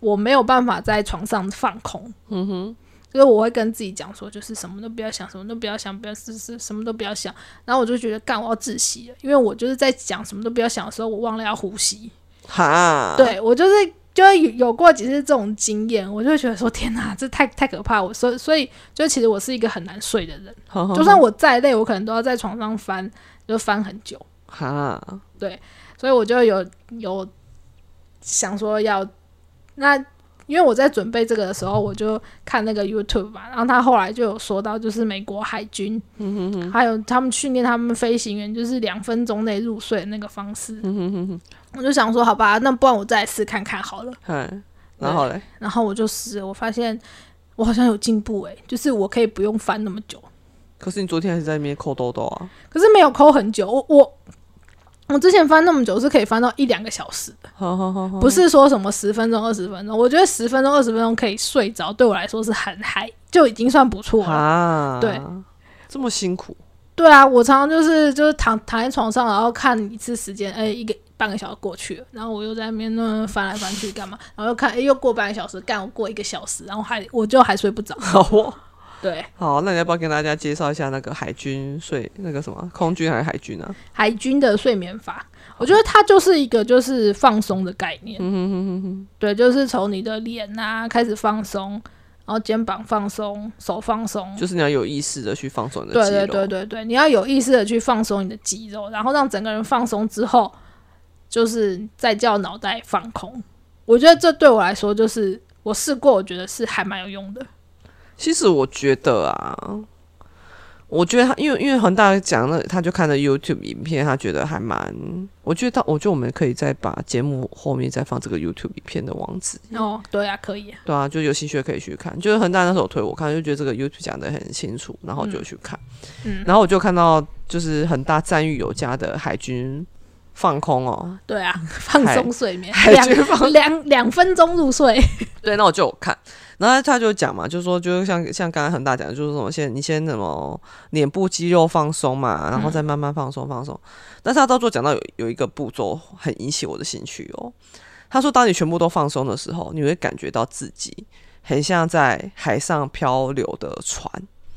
Speaker 1: 我没有办法在床上放空，嗯哼，所以我会跟自己讲说，就是什么都不要想，什么都不要想，不要是是什么都不要想，然后我就觉得干我要窒息了，因为我就是在讲什么都不要想的时候，我忘了要呼吸，
Speaker 2: 哈，，
Speaker 1: 对我就是就会有有过几次这种经验，我就会觉得说天哪，这太太可怕，我所以所以就其实我是一个很难睡的人。
Speaker 2: 嗯
Speaker 1: 就算我再累，我可能都要在床上翻，就翻很久，
Speaker 2: 哈，
Speaker 1: 所以我就有有想说要那。因为我在准备这个的时候，我就看那个 YouTube 嘛，然后他后来就有说到，就是美国海军，还有他们训练他们飞行员，就是两分钟内入睡的那个方式。我就想说，好吧，那不然我再试看看好了。
Speaker 2: 嗯，然后嘞，
Speaker 1: 然后我就试了，我发现我好像有进步诶、就是我可以不用翻那么久，
Speaker 2: 可是你昨天还是在那边抠痘痘啊？
Speaker 1: 可是没有抠很久。我我我之前翻那么久是可以翻到一两个小时的，
Speaker 2: 好好好好，
Speaker 1: 不是说什么十分钟、二十分钟。我觉得十分钟、二十分钟可以睡着，对我来说是很嗨，就已经算不错了。
Speaker 2: 啊，
Speaker 1: 对，
Speaker 2: 这么辛苦，
Speaker 1: 对啊，我常常就是就是躺躺在床上，然后看一次时间，哎，一个半个小时过去了，然后我又在那边呢翻来翻去干嘛，然后又看，哎，又过半个小时，干我过一个小时，然后还我就还睡不着。
Speaker 2: 好哦。
Speaker 1: 对，
Speaker 2: 好，那你要不要跟大家介绍一下那个海军睡那个什么空军还是海军啊？
Speaker 1: 海军的睡眠法，我觉得它就是一个就是放松的概念。
Speaker 2: 嗯哼哼哼哼，
Speaker 1: 对，就是从你的脸啊开始放松，然后肩膀放松，手放松。
Speaker 2: 就是你要有意识的去放松你的
Speaker 1: 对
Speaker 2: 肌肉。
Speaker 1: 对对对对，你要有意识的去放松你的肌肉，然后让整个人放松之后，就是再叫脑袋放空。我觉得这对我来说，就是我试过，我觉得是还蛮有用的。
Speaker 2: 其实我觉得啊，我觉得他因为因为恒大讲了，他就看了 YouTube 影片，他觉得还蛮，我觉得到我觉得我们可以再把节目后面再放这个 YouTube 影片的网址，
Speaker 1: 哦，对啊，可以啊。
Speaker 2: 对啊，就有兴趣的可以去看。就是恒大那时候推我看，就觉得这个 YouTube 讲的很清楚，然后我就去看，
Speaker 1: 嗯，
Speaker 2: 然后我就看到就是恒大赞誉有加的海军放空哦，
Speaker 1: 对啊，放
Speaker 2: 海
Speaker 1: 松睡眠，
Speaker 2: 海
Speaker 1: 两
Speaker 2: 军放
Speaker 1: 两两分钟入睡。
Speaker 2: 对，那我就有看，然后他就讲嘛，就是说，就是像像刚才恒大讲的，就是什么先你先什么脸部肌肉放松嘛，然后再慢慢放松放松。但是他到最后讲到有有一个步骤很引起我的兴趣哦，他说当你全部都放松的时候，你会感觉到自己很像在海上漂流的船，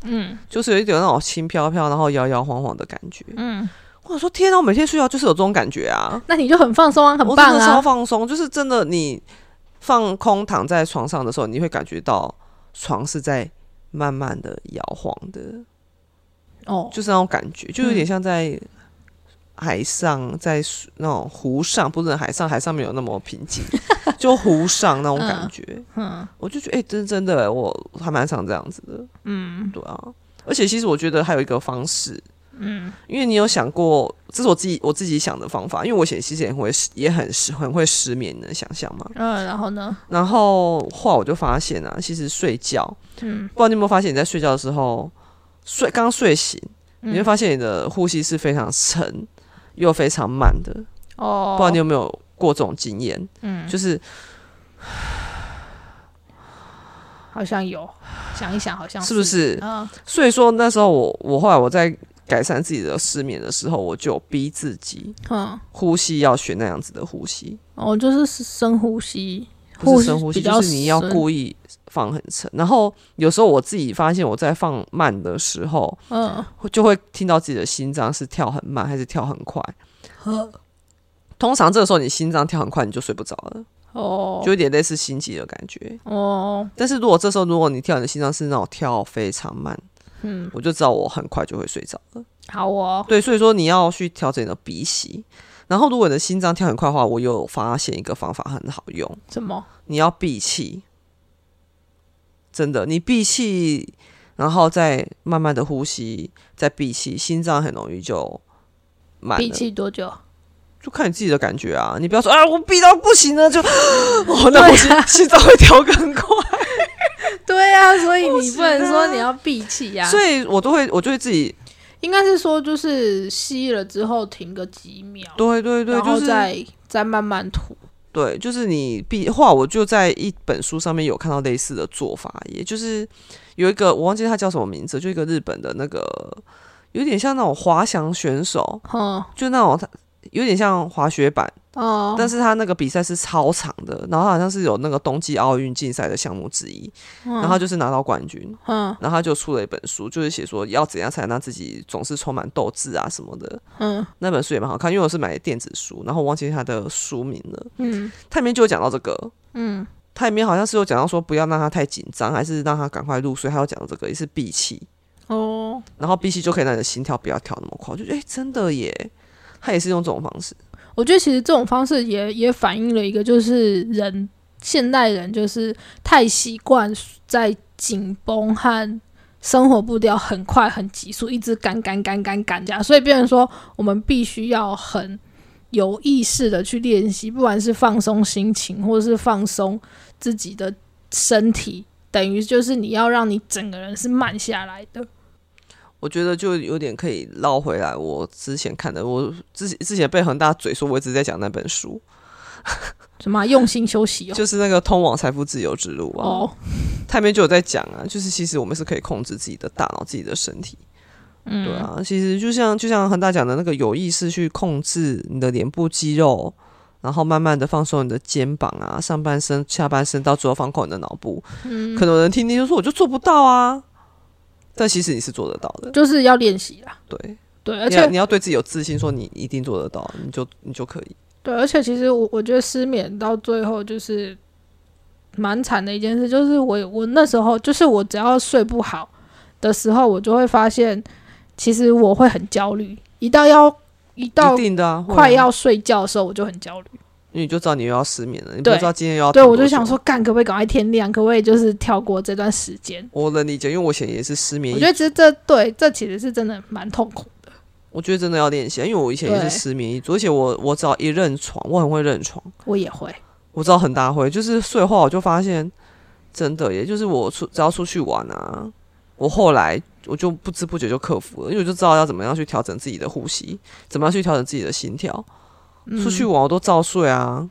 Speaker 1: 嗯
Speaker 2: 就是有一点那种轻飘飘，然后摇摇晃晃的感觉。
Speaker 1: 嗯，
Speaker 2: 我想说天啊，我每天睡觉就是有这种感觉啊。
Speaker 1: 那你就很放松啊，很
Speaker 2: 我
Speaker 1: 棒
Speaker 2: 真的超
Speaker 1: 啊。
Speaker 2: 放松，就是真的你放空躺在床上的时候，你会感觉到床是在慢慢的摇晃的，
Speaker 1: 哦，
Speaker 2: 就是那种感觉，就有
Speaker 1: 嗯
Speaker 2: 点像在海上，在水那种湖上，不是海上，海上没有那么 平静，就湖上那种感觉。
Speaker 1: 嗯
Speaker 2: 我就觉得，哎、真真的、我还蛮常这样子的，
Speaker 1: 嗯
Speaker 2: 对啊。而且其实我觉得还有一个方式，
Speaker 1: 嗯
Speaker 2: 因为你有想过，这是我自己我自己想的方法，因为我以前其实也很会失也很失很会失眠，你能想象吗？
Speaker 1: 嗯，然后呢？
Speaker 2: 然后后来我就发现啊，其实睡觉，
Speaker 1: 嗯
Speaker 2: 不知道你有没有发现，你在睡觉的时候，睡刚睡醒，
Speaker 1: 嗯
Speaker 2: 你会发现你的呼吸是非常沉又非常慢的。
Speaker 1: 哦
Speaker 2: 不知，道你有没有过这种经验？
Speaker 1: 嗯，
Speaker 2: 就是
Speaker 1: 好像有，想一想，好像
Speaker 2: 是不？是？
Speaker 1: 嗯
Speaker 2: 所以说那时候我我后来我在改善自己的失眠的时候，我就逼自己
Speaker 1: 嗯，
Speaker 2: 呼吸要学那样子的呼吸，
Speaker 1: 哦，就是深呼吸，
Speaker 2: 不是深呼吸，
Speaker 1: 比较
Speaker 2: 就是你要
Speaker 1: 深
Speaker 2: 故意放很沉。然后有时候我自己发现我在放慢的时候，
Speaker 1: 嗯，
Speaker 2: 会就会听到自己的心脏是跳很慢还是跳很快。通常这个时候你心脏跳很快，你就睡不着了，
Speaker 1: 哦，
Speaker 2: 就有点类似心悸的感觉。
Speaker 1: 哦，
Speaker 2: 但是如果这时候如果你跳你的心脏是那种跳非常慢，
Speaker 1: 嗯，
Speaker 2: 我就知道我很快就会睡着了。
Speaker 1: 好哦，
Speaker 2: 对，所以说你要去调整你的鼻息。然后如果你的心脏跳很快的话，我有发现一个方法很好用，
Speaker 1: 什么？
Speaker 2: 你要闭气。真的，你闭气，然后再慢慢的呼吸，再闭气，心脏很容易就满
Speaker 1: 闭
Speaker 2: 了。
Speaker 1: 气多久？
Speaker 2: 就看你自己的感觉啊，你不要说啊，我逼到不行了，就 哦，
Speaker 1: 啊
Speaker 2: 那我心、心脏会跳更快，
Speaker 1: 对啊，所以你
Speaker 2: 不
Speaker 1: 不能
Speaker 2: 行
Speaker 1: 说
Speaker 2: 啊
Speaker 1: 你要闭气 呀，
Speaker 2: 所以我都会，我就会自己，
Speaker 1: 应该是说就是吸了之后停个几秒，
Speaker 2: 对对对，
Speaker 1: 然
Speaker 2: 就
Speaker 1: 后
Speaker 2: 是
Speaker 1: 再再慢慢吐。
Speaker 2: 对，就是你闭话，我就在一本书上面有看到类似的做法，也就是有一个我忘记他叫什么名字，就一个日本的那个，有点像那种滑翔选手，
Speaker 1: 嗯
Speaker 2: 就那种他有点像滑雪板，
Speaker 1: 哦，
Speaker 2: 但是他那个比赛是超长的，然后好像是有那个冬季奥运竞赛的项目之一，然后他就是拿到冠军。
Speaker 1: 嗯
Speaker 2: 然后他就出了一本书，就是写说要怎样才能让自己总是充满斗志啊什么的。
Speaker 1: 嗯
Speaker 2: 那本书也蛮好看，因为我是买电子书，然后我忘记它的书名了。
Speaker 1: 嗯
Speaker 2: 它里面就有讲到这个，
Speaker 1: 嗯，
Speaker 2: 它里面好像是有讲到说不要让他太紧张，还是让他赶快入睡。还有讲到这个也是闭气，
Speaker 1: 哦，
Speaker 2: 然后闭气就可以让你的心跳不要跳那么快。我就觉得哎、真的耶，他也是用这种方式。
Speaker 1: 我觉得其实这种方式也也反映了一个就是人现代人就是太习惯在紧绷和生活步调很快、很急速，一直赶赶赶赶赶这样，所以变成说我们必须要很有意识的去练习，不管是放松心情，或是放松自己的身体，等于就是你要让你整个人是慢下来的。
Speaker 2: 我觉得就有点可以捞回来。我之前看的，我之前之前被恒大嘴说我一直在讲那本书，
Speaker 1: 什么啊、用心休息哦？
Speaker 2: 就是那个《通往财富自由之路》啊。
Speaker 1: 哦，
Speaker 2: 它里面就有在讲啊，就是其实我们是可以控制自己的大脑、自己的身体。
Speaker 1: 嗯，
Speaker 2: 对啊，其实就像就像恒大讲的那个有意识去控制你的脸部肌肉，然后慢慢的放松你的肩膀啊、上半身、下半身，到最后放空你的脑部。
Speaker 1: 嗯，
Speaker 2: 可能有人听听就说我就做不到啊，但其实你是做得到的。
Speaker 1: 就是要练习啦。
Speaker 2: 对，
Speaker 1: 对，而
Speaker 2: 你要
Speaker 1: 且
Speaker 2: 你要对自己有自信，说你一定做得到，你就你就可以。
Speaker 1: 对，而且其实我我觉得失眠到最后就是蛮惨的一件事，就是我我那时候就是我只要睡不好的时候，我就会发现其实我会很焦虑，一到要一到
Speaker 2: 一定的啊，会啊
Speaker 1: 快要睡觉的时候，我就很焦虑。
Speaker 2: 因为你就知道你又要失眠了，你不
Speaker 1: 对
Speaker 2: 知道今天又要
Speaker 1: 对，
Speaker 2: 躺
Speaker 1: 我就
Speaker 2: 多
Speaker 1: 想
Speaker 2: 久啊
Speaker 1: 说，干可不可以赶快天亮？可不可以就是跳过这段时间？
Speaker 2: 我能理解，因为我以前也是失眠
Speaker 1: 我
Speaker 2: 一
Speaker 1: 觉得其实这对这其实是真的蛮痛苦。
Speaker 2: 我觉得真的要练习，啊因为我以前也是
Speaker 1: 对
Speaker 2: 失眠一族，而且我我只要一认床，我很会认床，
Speaker 1: 我也会，
Speaker 2: 我知道很大会，就是睡后我就发现，真的耶，也就是我出只要出去玩啊，我后来我就不知不觉就克服了，因为我就知道要怎么样去调整自己的呼吸，怎么样去调整自己的心跳。
Speaker 1: 嗯
Speaker 2: 出去玩我都照睡啊，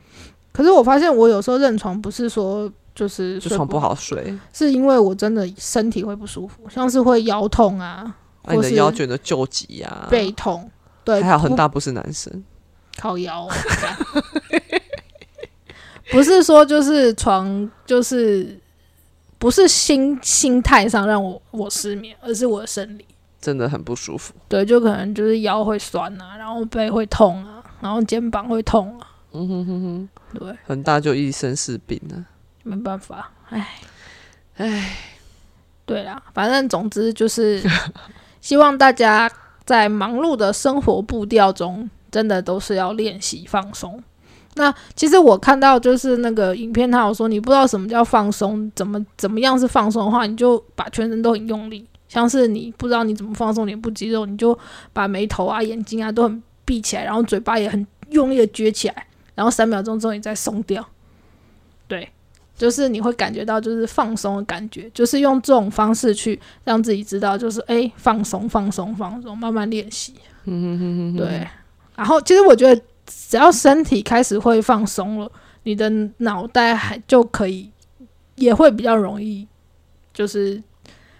Speaker 1: 可是我发现我有时候认床不是说就是
Speaker 2: 就
Speaker 1: 睡
Speaker 2: 床不好睡，
Speaker 1: 是因为我真的身体会不舒服，像是会腰痛啊、
Speaker 2: 那、你
Speaker 1: 或
Speaker 2: 的
Speaker 1: 是
Speaker 2: 腰卷的旧疾啊，
Speaker 1: 背痛，对，
Speaker 2: 还好恒
Speaker 1: 不
Speaker 2: 大不是男生，
Speaker 1: 靠腰、哦，干不是说就是床就是不是心心态上让我我失眠，而是我的生理，
Speaker 2: 真的很不舒服。
Speaker 1: 对，就可能就是腰会酸啊，然后背会痛啊，然后肩膀会痛啊，
Speaker 2: 嗯哼哼哼，
Speaker 1: 对，
Speaker 2: 恒大就一身是病啊。
Speaker 1: 没办法，唉
Speaker 2: 唉，
Speaker 1: 对啦，反正总之就是 希望大家在忙碌的生活步调中，真的都是要练习放松。那其实我看到就是那个影片，他有说你不知道什么叫放松，怎么怎么样是放松的话，你就把全身都很用力，像是你不知道你怎么放松脸部肌肉，你就把眉头啊、眼睛啊都很闭起来，然后嘴巴也很用力的撅起来，然后三秒钟之后你再松掉。对，就是你会感觉到就是放松的感觉，就是用这种方式去让自己知道，就是哎、诶放松放松放松，慢慢练习。
Speaker 2: 嗯哼哼哼哼
Speaker 1: 对，然后其实我觉得只要身体开始会放松了，你的脑袋还就可以也会比较容易就是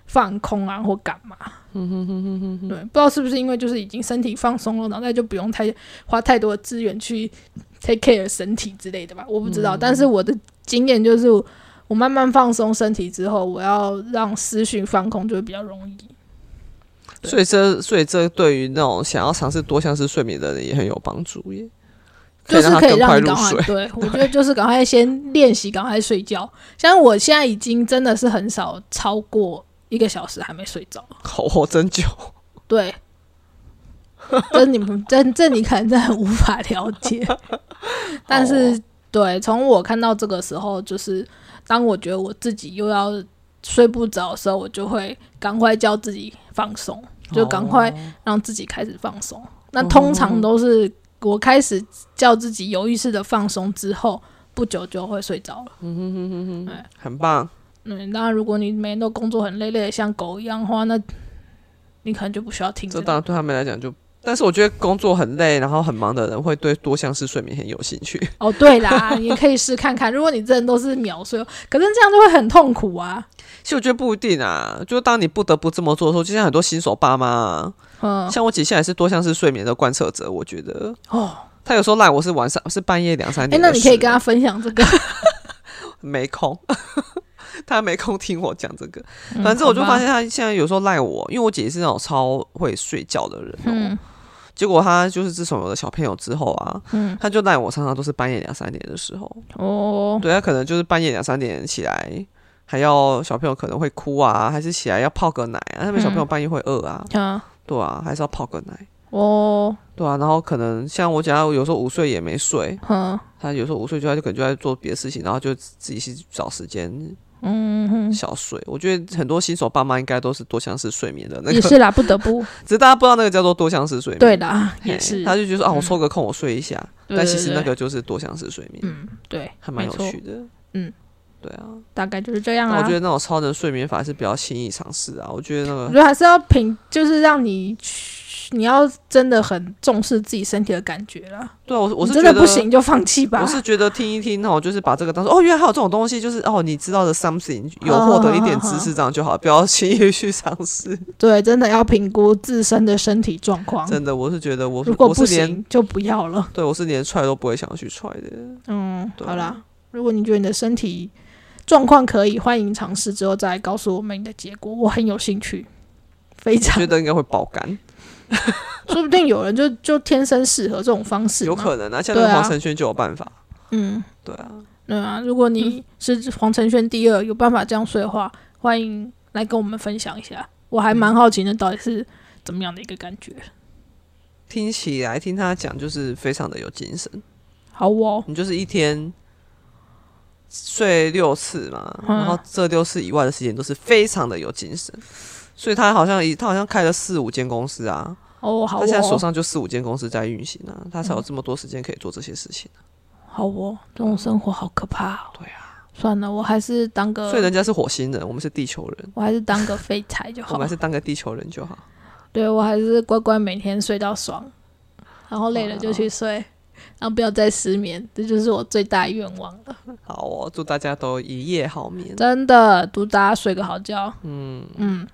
Speaker 1: 放空啊或干嘛。
Speaker 2: 嗯哼哼哼哼哼，
Speaker 1: 对，不知道是不是因为就是已经身体放松了，脑袋就不用太花太多的资源去 take care 身体之类的吧？我不知
Speaker 2: 嗯
Speaker 1: 道，但是我的经验就是，我慢慢放松身体之后，我要让思绪放空就会比较容易。对
Speaker 2: 所以这所以这对于那种想要尝试多项式睡眠的人也很有帮助耶，
Speaker 1: 就是
Speaker 2: 可
Speaker 1: 可以
Speaker 2: 以
Speaker 1: 让
Speaker 2: 让他
Speaker 1: 你
Speaker 2: 更
Speaker 1: 赶
Speaker 2: 快入
Speaker 1: 快，
Speaker 2: 睡。
Speaker 1: 对我觉得就是赶快先练习，赶快睡觉。像我现在已经真的是很少超过一个小时还没睡着，
Speaker 2: 好，我真久，
Speaker 1: 对，这你们这这你可能真的很无法了解，但是、对，从我看到这个时候，就是当我觉得我自己又要睡不着的时候，我就会赶快叫自己放松，就赶快让自己开始放松。那通常都是我开始叫自己有意识的放松之后，不久就会睡着了。
Speaker 2: 很棒。
Speaker 1: 嗯，当然，如果你每天都工作很累累的像狗一样的话，那你可能就不需要听
Speaker 2: 这
Speaker 1: 这
Speaker 2: 当然对他们来讲就，但是我觉得工作很累，然后很忙的人会对多项式睡眠很有兴趣。
Speaker 1: 哦，对啦， 你可以试看看。如果你真的都是秒睡，可是这样就会很痛苦啊。
Speaker 2: 其实我觉得不一定啊，就是当你不得不这么做的时候，就像很多新手爸妈、啊，
Speaker 1: 嗯，
Speaker 2: 像我姐现在也是多项式睡眠的贯彻者，我觉得
Speaker 1: 哦，
Speaker 2: 她有时候赖我是晚上是半夜两三
Speaker 1: 哎，
Speaker 2: 点的
Speaker 1: 那
Speaker 2: 事，
Speaker 1: 你可以跟他分享这个。
Speaker 2: 没空， 他没空听我讲这个。
Speaker 1: 哦
Speaker 2: 反正我就发现他现在有时候赖我，因为我姐姐是那种超会睡觉的人、哦。
Speaker 1: 嗯，
Speaker 2: 结果她就是自从有了小朋友之后啊，
Speaker 1: 嗯
Speaker 2: 她就赖我，常常都是半夜两三点的时候。
Speaker 1: 哦，
Speaker 2: 对，她可能就是半夜两三点起来，还要小朋友可能会
Speaker 1: 嗯
Speaker 2: 哭啊，还是起来要泡个奶啊。他们小朋友半夜会饿啊，
Speaker 1: 啊，
Speaker 2: 对啊，还是要泡个奶。
Speaker 1: 哦，
Speaker 2: 对啊，然后可能像我讲，有时候午睡也没睡，
Speaker 1: 哼，
Speaker 2: 他有时候午睡就他就可能就在做别的事情，然后就自己去找时间
Speaker 1: 嗯哼，
Speaker 2: 小睡。我觉得很多新手爸妈应该都是多项式睡眠的那
Speaker 1: 也
Speaker 2: 个，
Speaker 1: 是啦，不得 不，
Speaker 2: 只是大家不知道那个叫做多项式睡眠。
Speaker 1: 对啦，
Speaker 2: 嘿，
Speaker 1: 也是，嗯
Speaker 2: 他就觉得说啊，我抽个空我睡一下，
Speaker 1: 对
Speaker 2: 但
Speaker 1: 对
Speaker 2: 其实
Speaker 1: 对
Speaker 2: 那个就是多项式睡眠，
Speaker 1: 嗯，对，
Speaker 2: 还蛮
Speaker 1: 没
Speaker 2: 有
Speaker 1: 错
Speaker 2: 趣的。
Speaker 1: 嗯，啊
Speaker 2: 对啊，
Speaker 1: 大概就是这样
Speaker 2: 那
Speaker 1: 啦。
Speaker 2: 我觉得那种超能睡眠法是比较轻易尝试啊。我觉得那
Speaker 1: 我
Speaker 2: 个
Speaker 1: 觉得还是要品，就是让你去，你要真的很重视自己身体的感觉啦。
Speaker 2: 对啊我是我
Speaker 1: 你
Speaker 2: 是
Speaker 1: 真的
Speaker 2: 觉得
Speaker 1: 不行就放弃吧
Speaker 2: 我。是觉得听一听，那我就是把这个当做哦，原来还有这种东西，就是哦，你知道的 something，有获得一点知
Speaker 1: 嗯
Speaker 2: 识，这样就好，不要轻易去尝试。
Speaker 1: 对，真的要评估自身的身体状况。
Speaker 2: 真的，我是觉得我
Speaker 1: 如果
Speaker 2: 我
Speaker 1: 不
Speaker 2: 是连
Speaker 1: 行就不要了。
Speaker 2: 对我是连踹都不会想要去踹 的。
Speaker 1: 嗯，
Speaker 2: 对啊
Speaker 1: 好啦，如果你觉得你的身体状况可以，欢迎尝试之后再来告诉我们你的结果，我很有兴趣，非
Speaker 2: 我
Speaker 1: 常
Speaker 2: 觉，得应该会爆 肝，
Speaker 1: 说不定有人就就天生适合这种方式，
Speaker 2: 有可能啊。像那个
Speaker 1: 对啊
Speaker 2: 黄承轩就有办法，
Speaker 1: 嗯，
Speaker 2: 对啊，
Speaker 1: 对啊，如果你是黄承轩第二，有办法这样睡的话，欢迎来跟我们分享一下，我还蛮好奇那到底是怎么样的一个感觉。
Speaker 2: 听起来听他讲就是非常的有精神。
Speaker 1: 好哦，
Speaker 2: 你就是一天睡六次嘛，
Speaker 1: 嗯
Speaker 2: 然后这六次以外的时间都是非常的有精神，所以他好像一他好像开了四五间公司啊，
Speaker 1: 哦，好
Speaker 2: 他现在手
Speaker 1: 哦，嗯
Speaker 2: 上就四五间公司在运行啊，他才有这么多时间可以做这些事情、啊。
Speaker 1: 好哦，这种生活好可怕哦。
Speaker 2: 对
Speaker 1: 啊，算了，我还是当个
Speaker 2: 所以人家是火星人，我们是地球人，
Speaker 1: 我还是当个废柴就
Speaker 2: 我
Speaker 1: 好
Speaker 2: 们还。是当个地球人就好。
Speaker 1: 对我还是乖乖每天睡到爽，然后累了就去
Speaker 2: 哦
Speaker 1: 睡，然后不要再失眠，这就是我最大愿望了。
Speaker 2: 好哦，祝大家都一夜好眠。
Speaker 1: 真的，祝大家睡个好觉。
Speaker 2: 嗯，
Speaker 1: 嗯，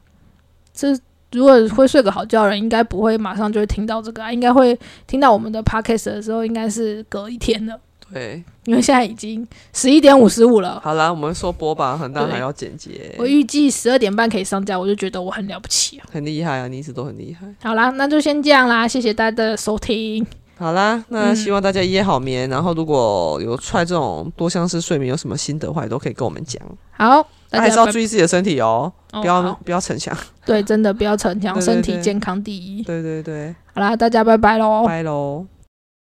Speaker 1: 这如果会睡个好觉的人，应该不会马上就会听到这个、啊，应该会听到我们的 podcast 的时候，应该是隔一天了，
Speaker 2: 对，
Speaker 1: 因为现在已经十一点五十五了。
Speaker 2: 好啦，我们说播吧，恒大
Speaker 1: 对
Speaker 2: 还要剪接
Speaker 1: 我，预计十二点半可以上架，我就觉得我很了不起了。
Speaker 2: 很厉害啊，你一直都很厉害。
Speaker 1: 好啦，那就先这样啦，谢谢大家的收听。
Speaker 2: 好啦，那希望大家一夜好眠。
Speaker 1: 嗯
Speaker 2: 然后如果有踹这种多项式睡眠有什么心得的话，也都可以跟我们讲。
Speaker 1: 好，大
Speaker 2: 那
Speaker 1: 家
Speaker 2: 还是要
Speaker 1: 拜
Speaker 2: 注意自己的身体哦，
Speaker 1: 哦
Speaker 2: 不要、
Speaker 1: 好
Speaker 2: 不要逞强。
Speaker 1: 对，真的不要逞强，
Speaker 2: 对对
Speaker 1: 身
Speaker 2: 对
Speaker 1: 体健康第一。
Speaker 2: 对对对，
Speaker 1: 好啦，大家拜拜喽，
Speaker 2: 拜喽。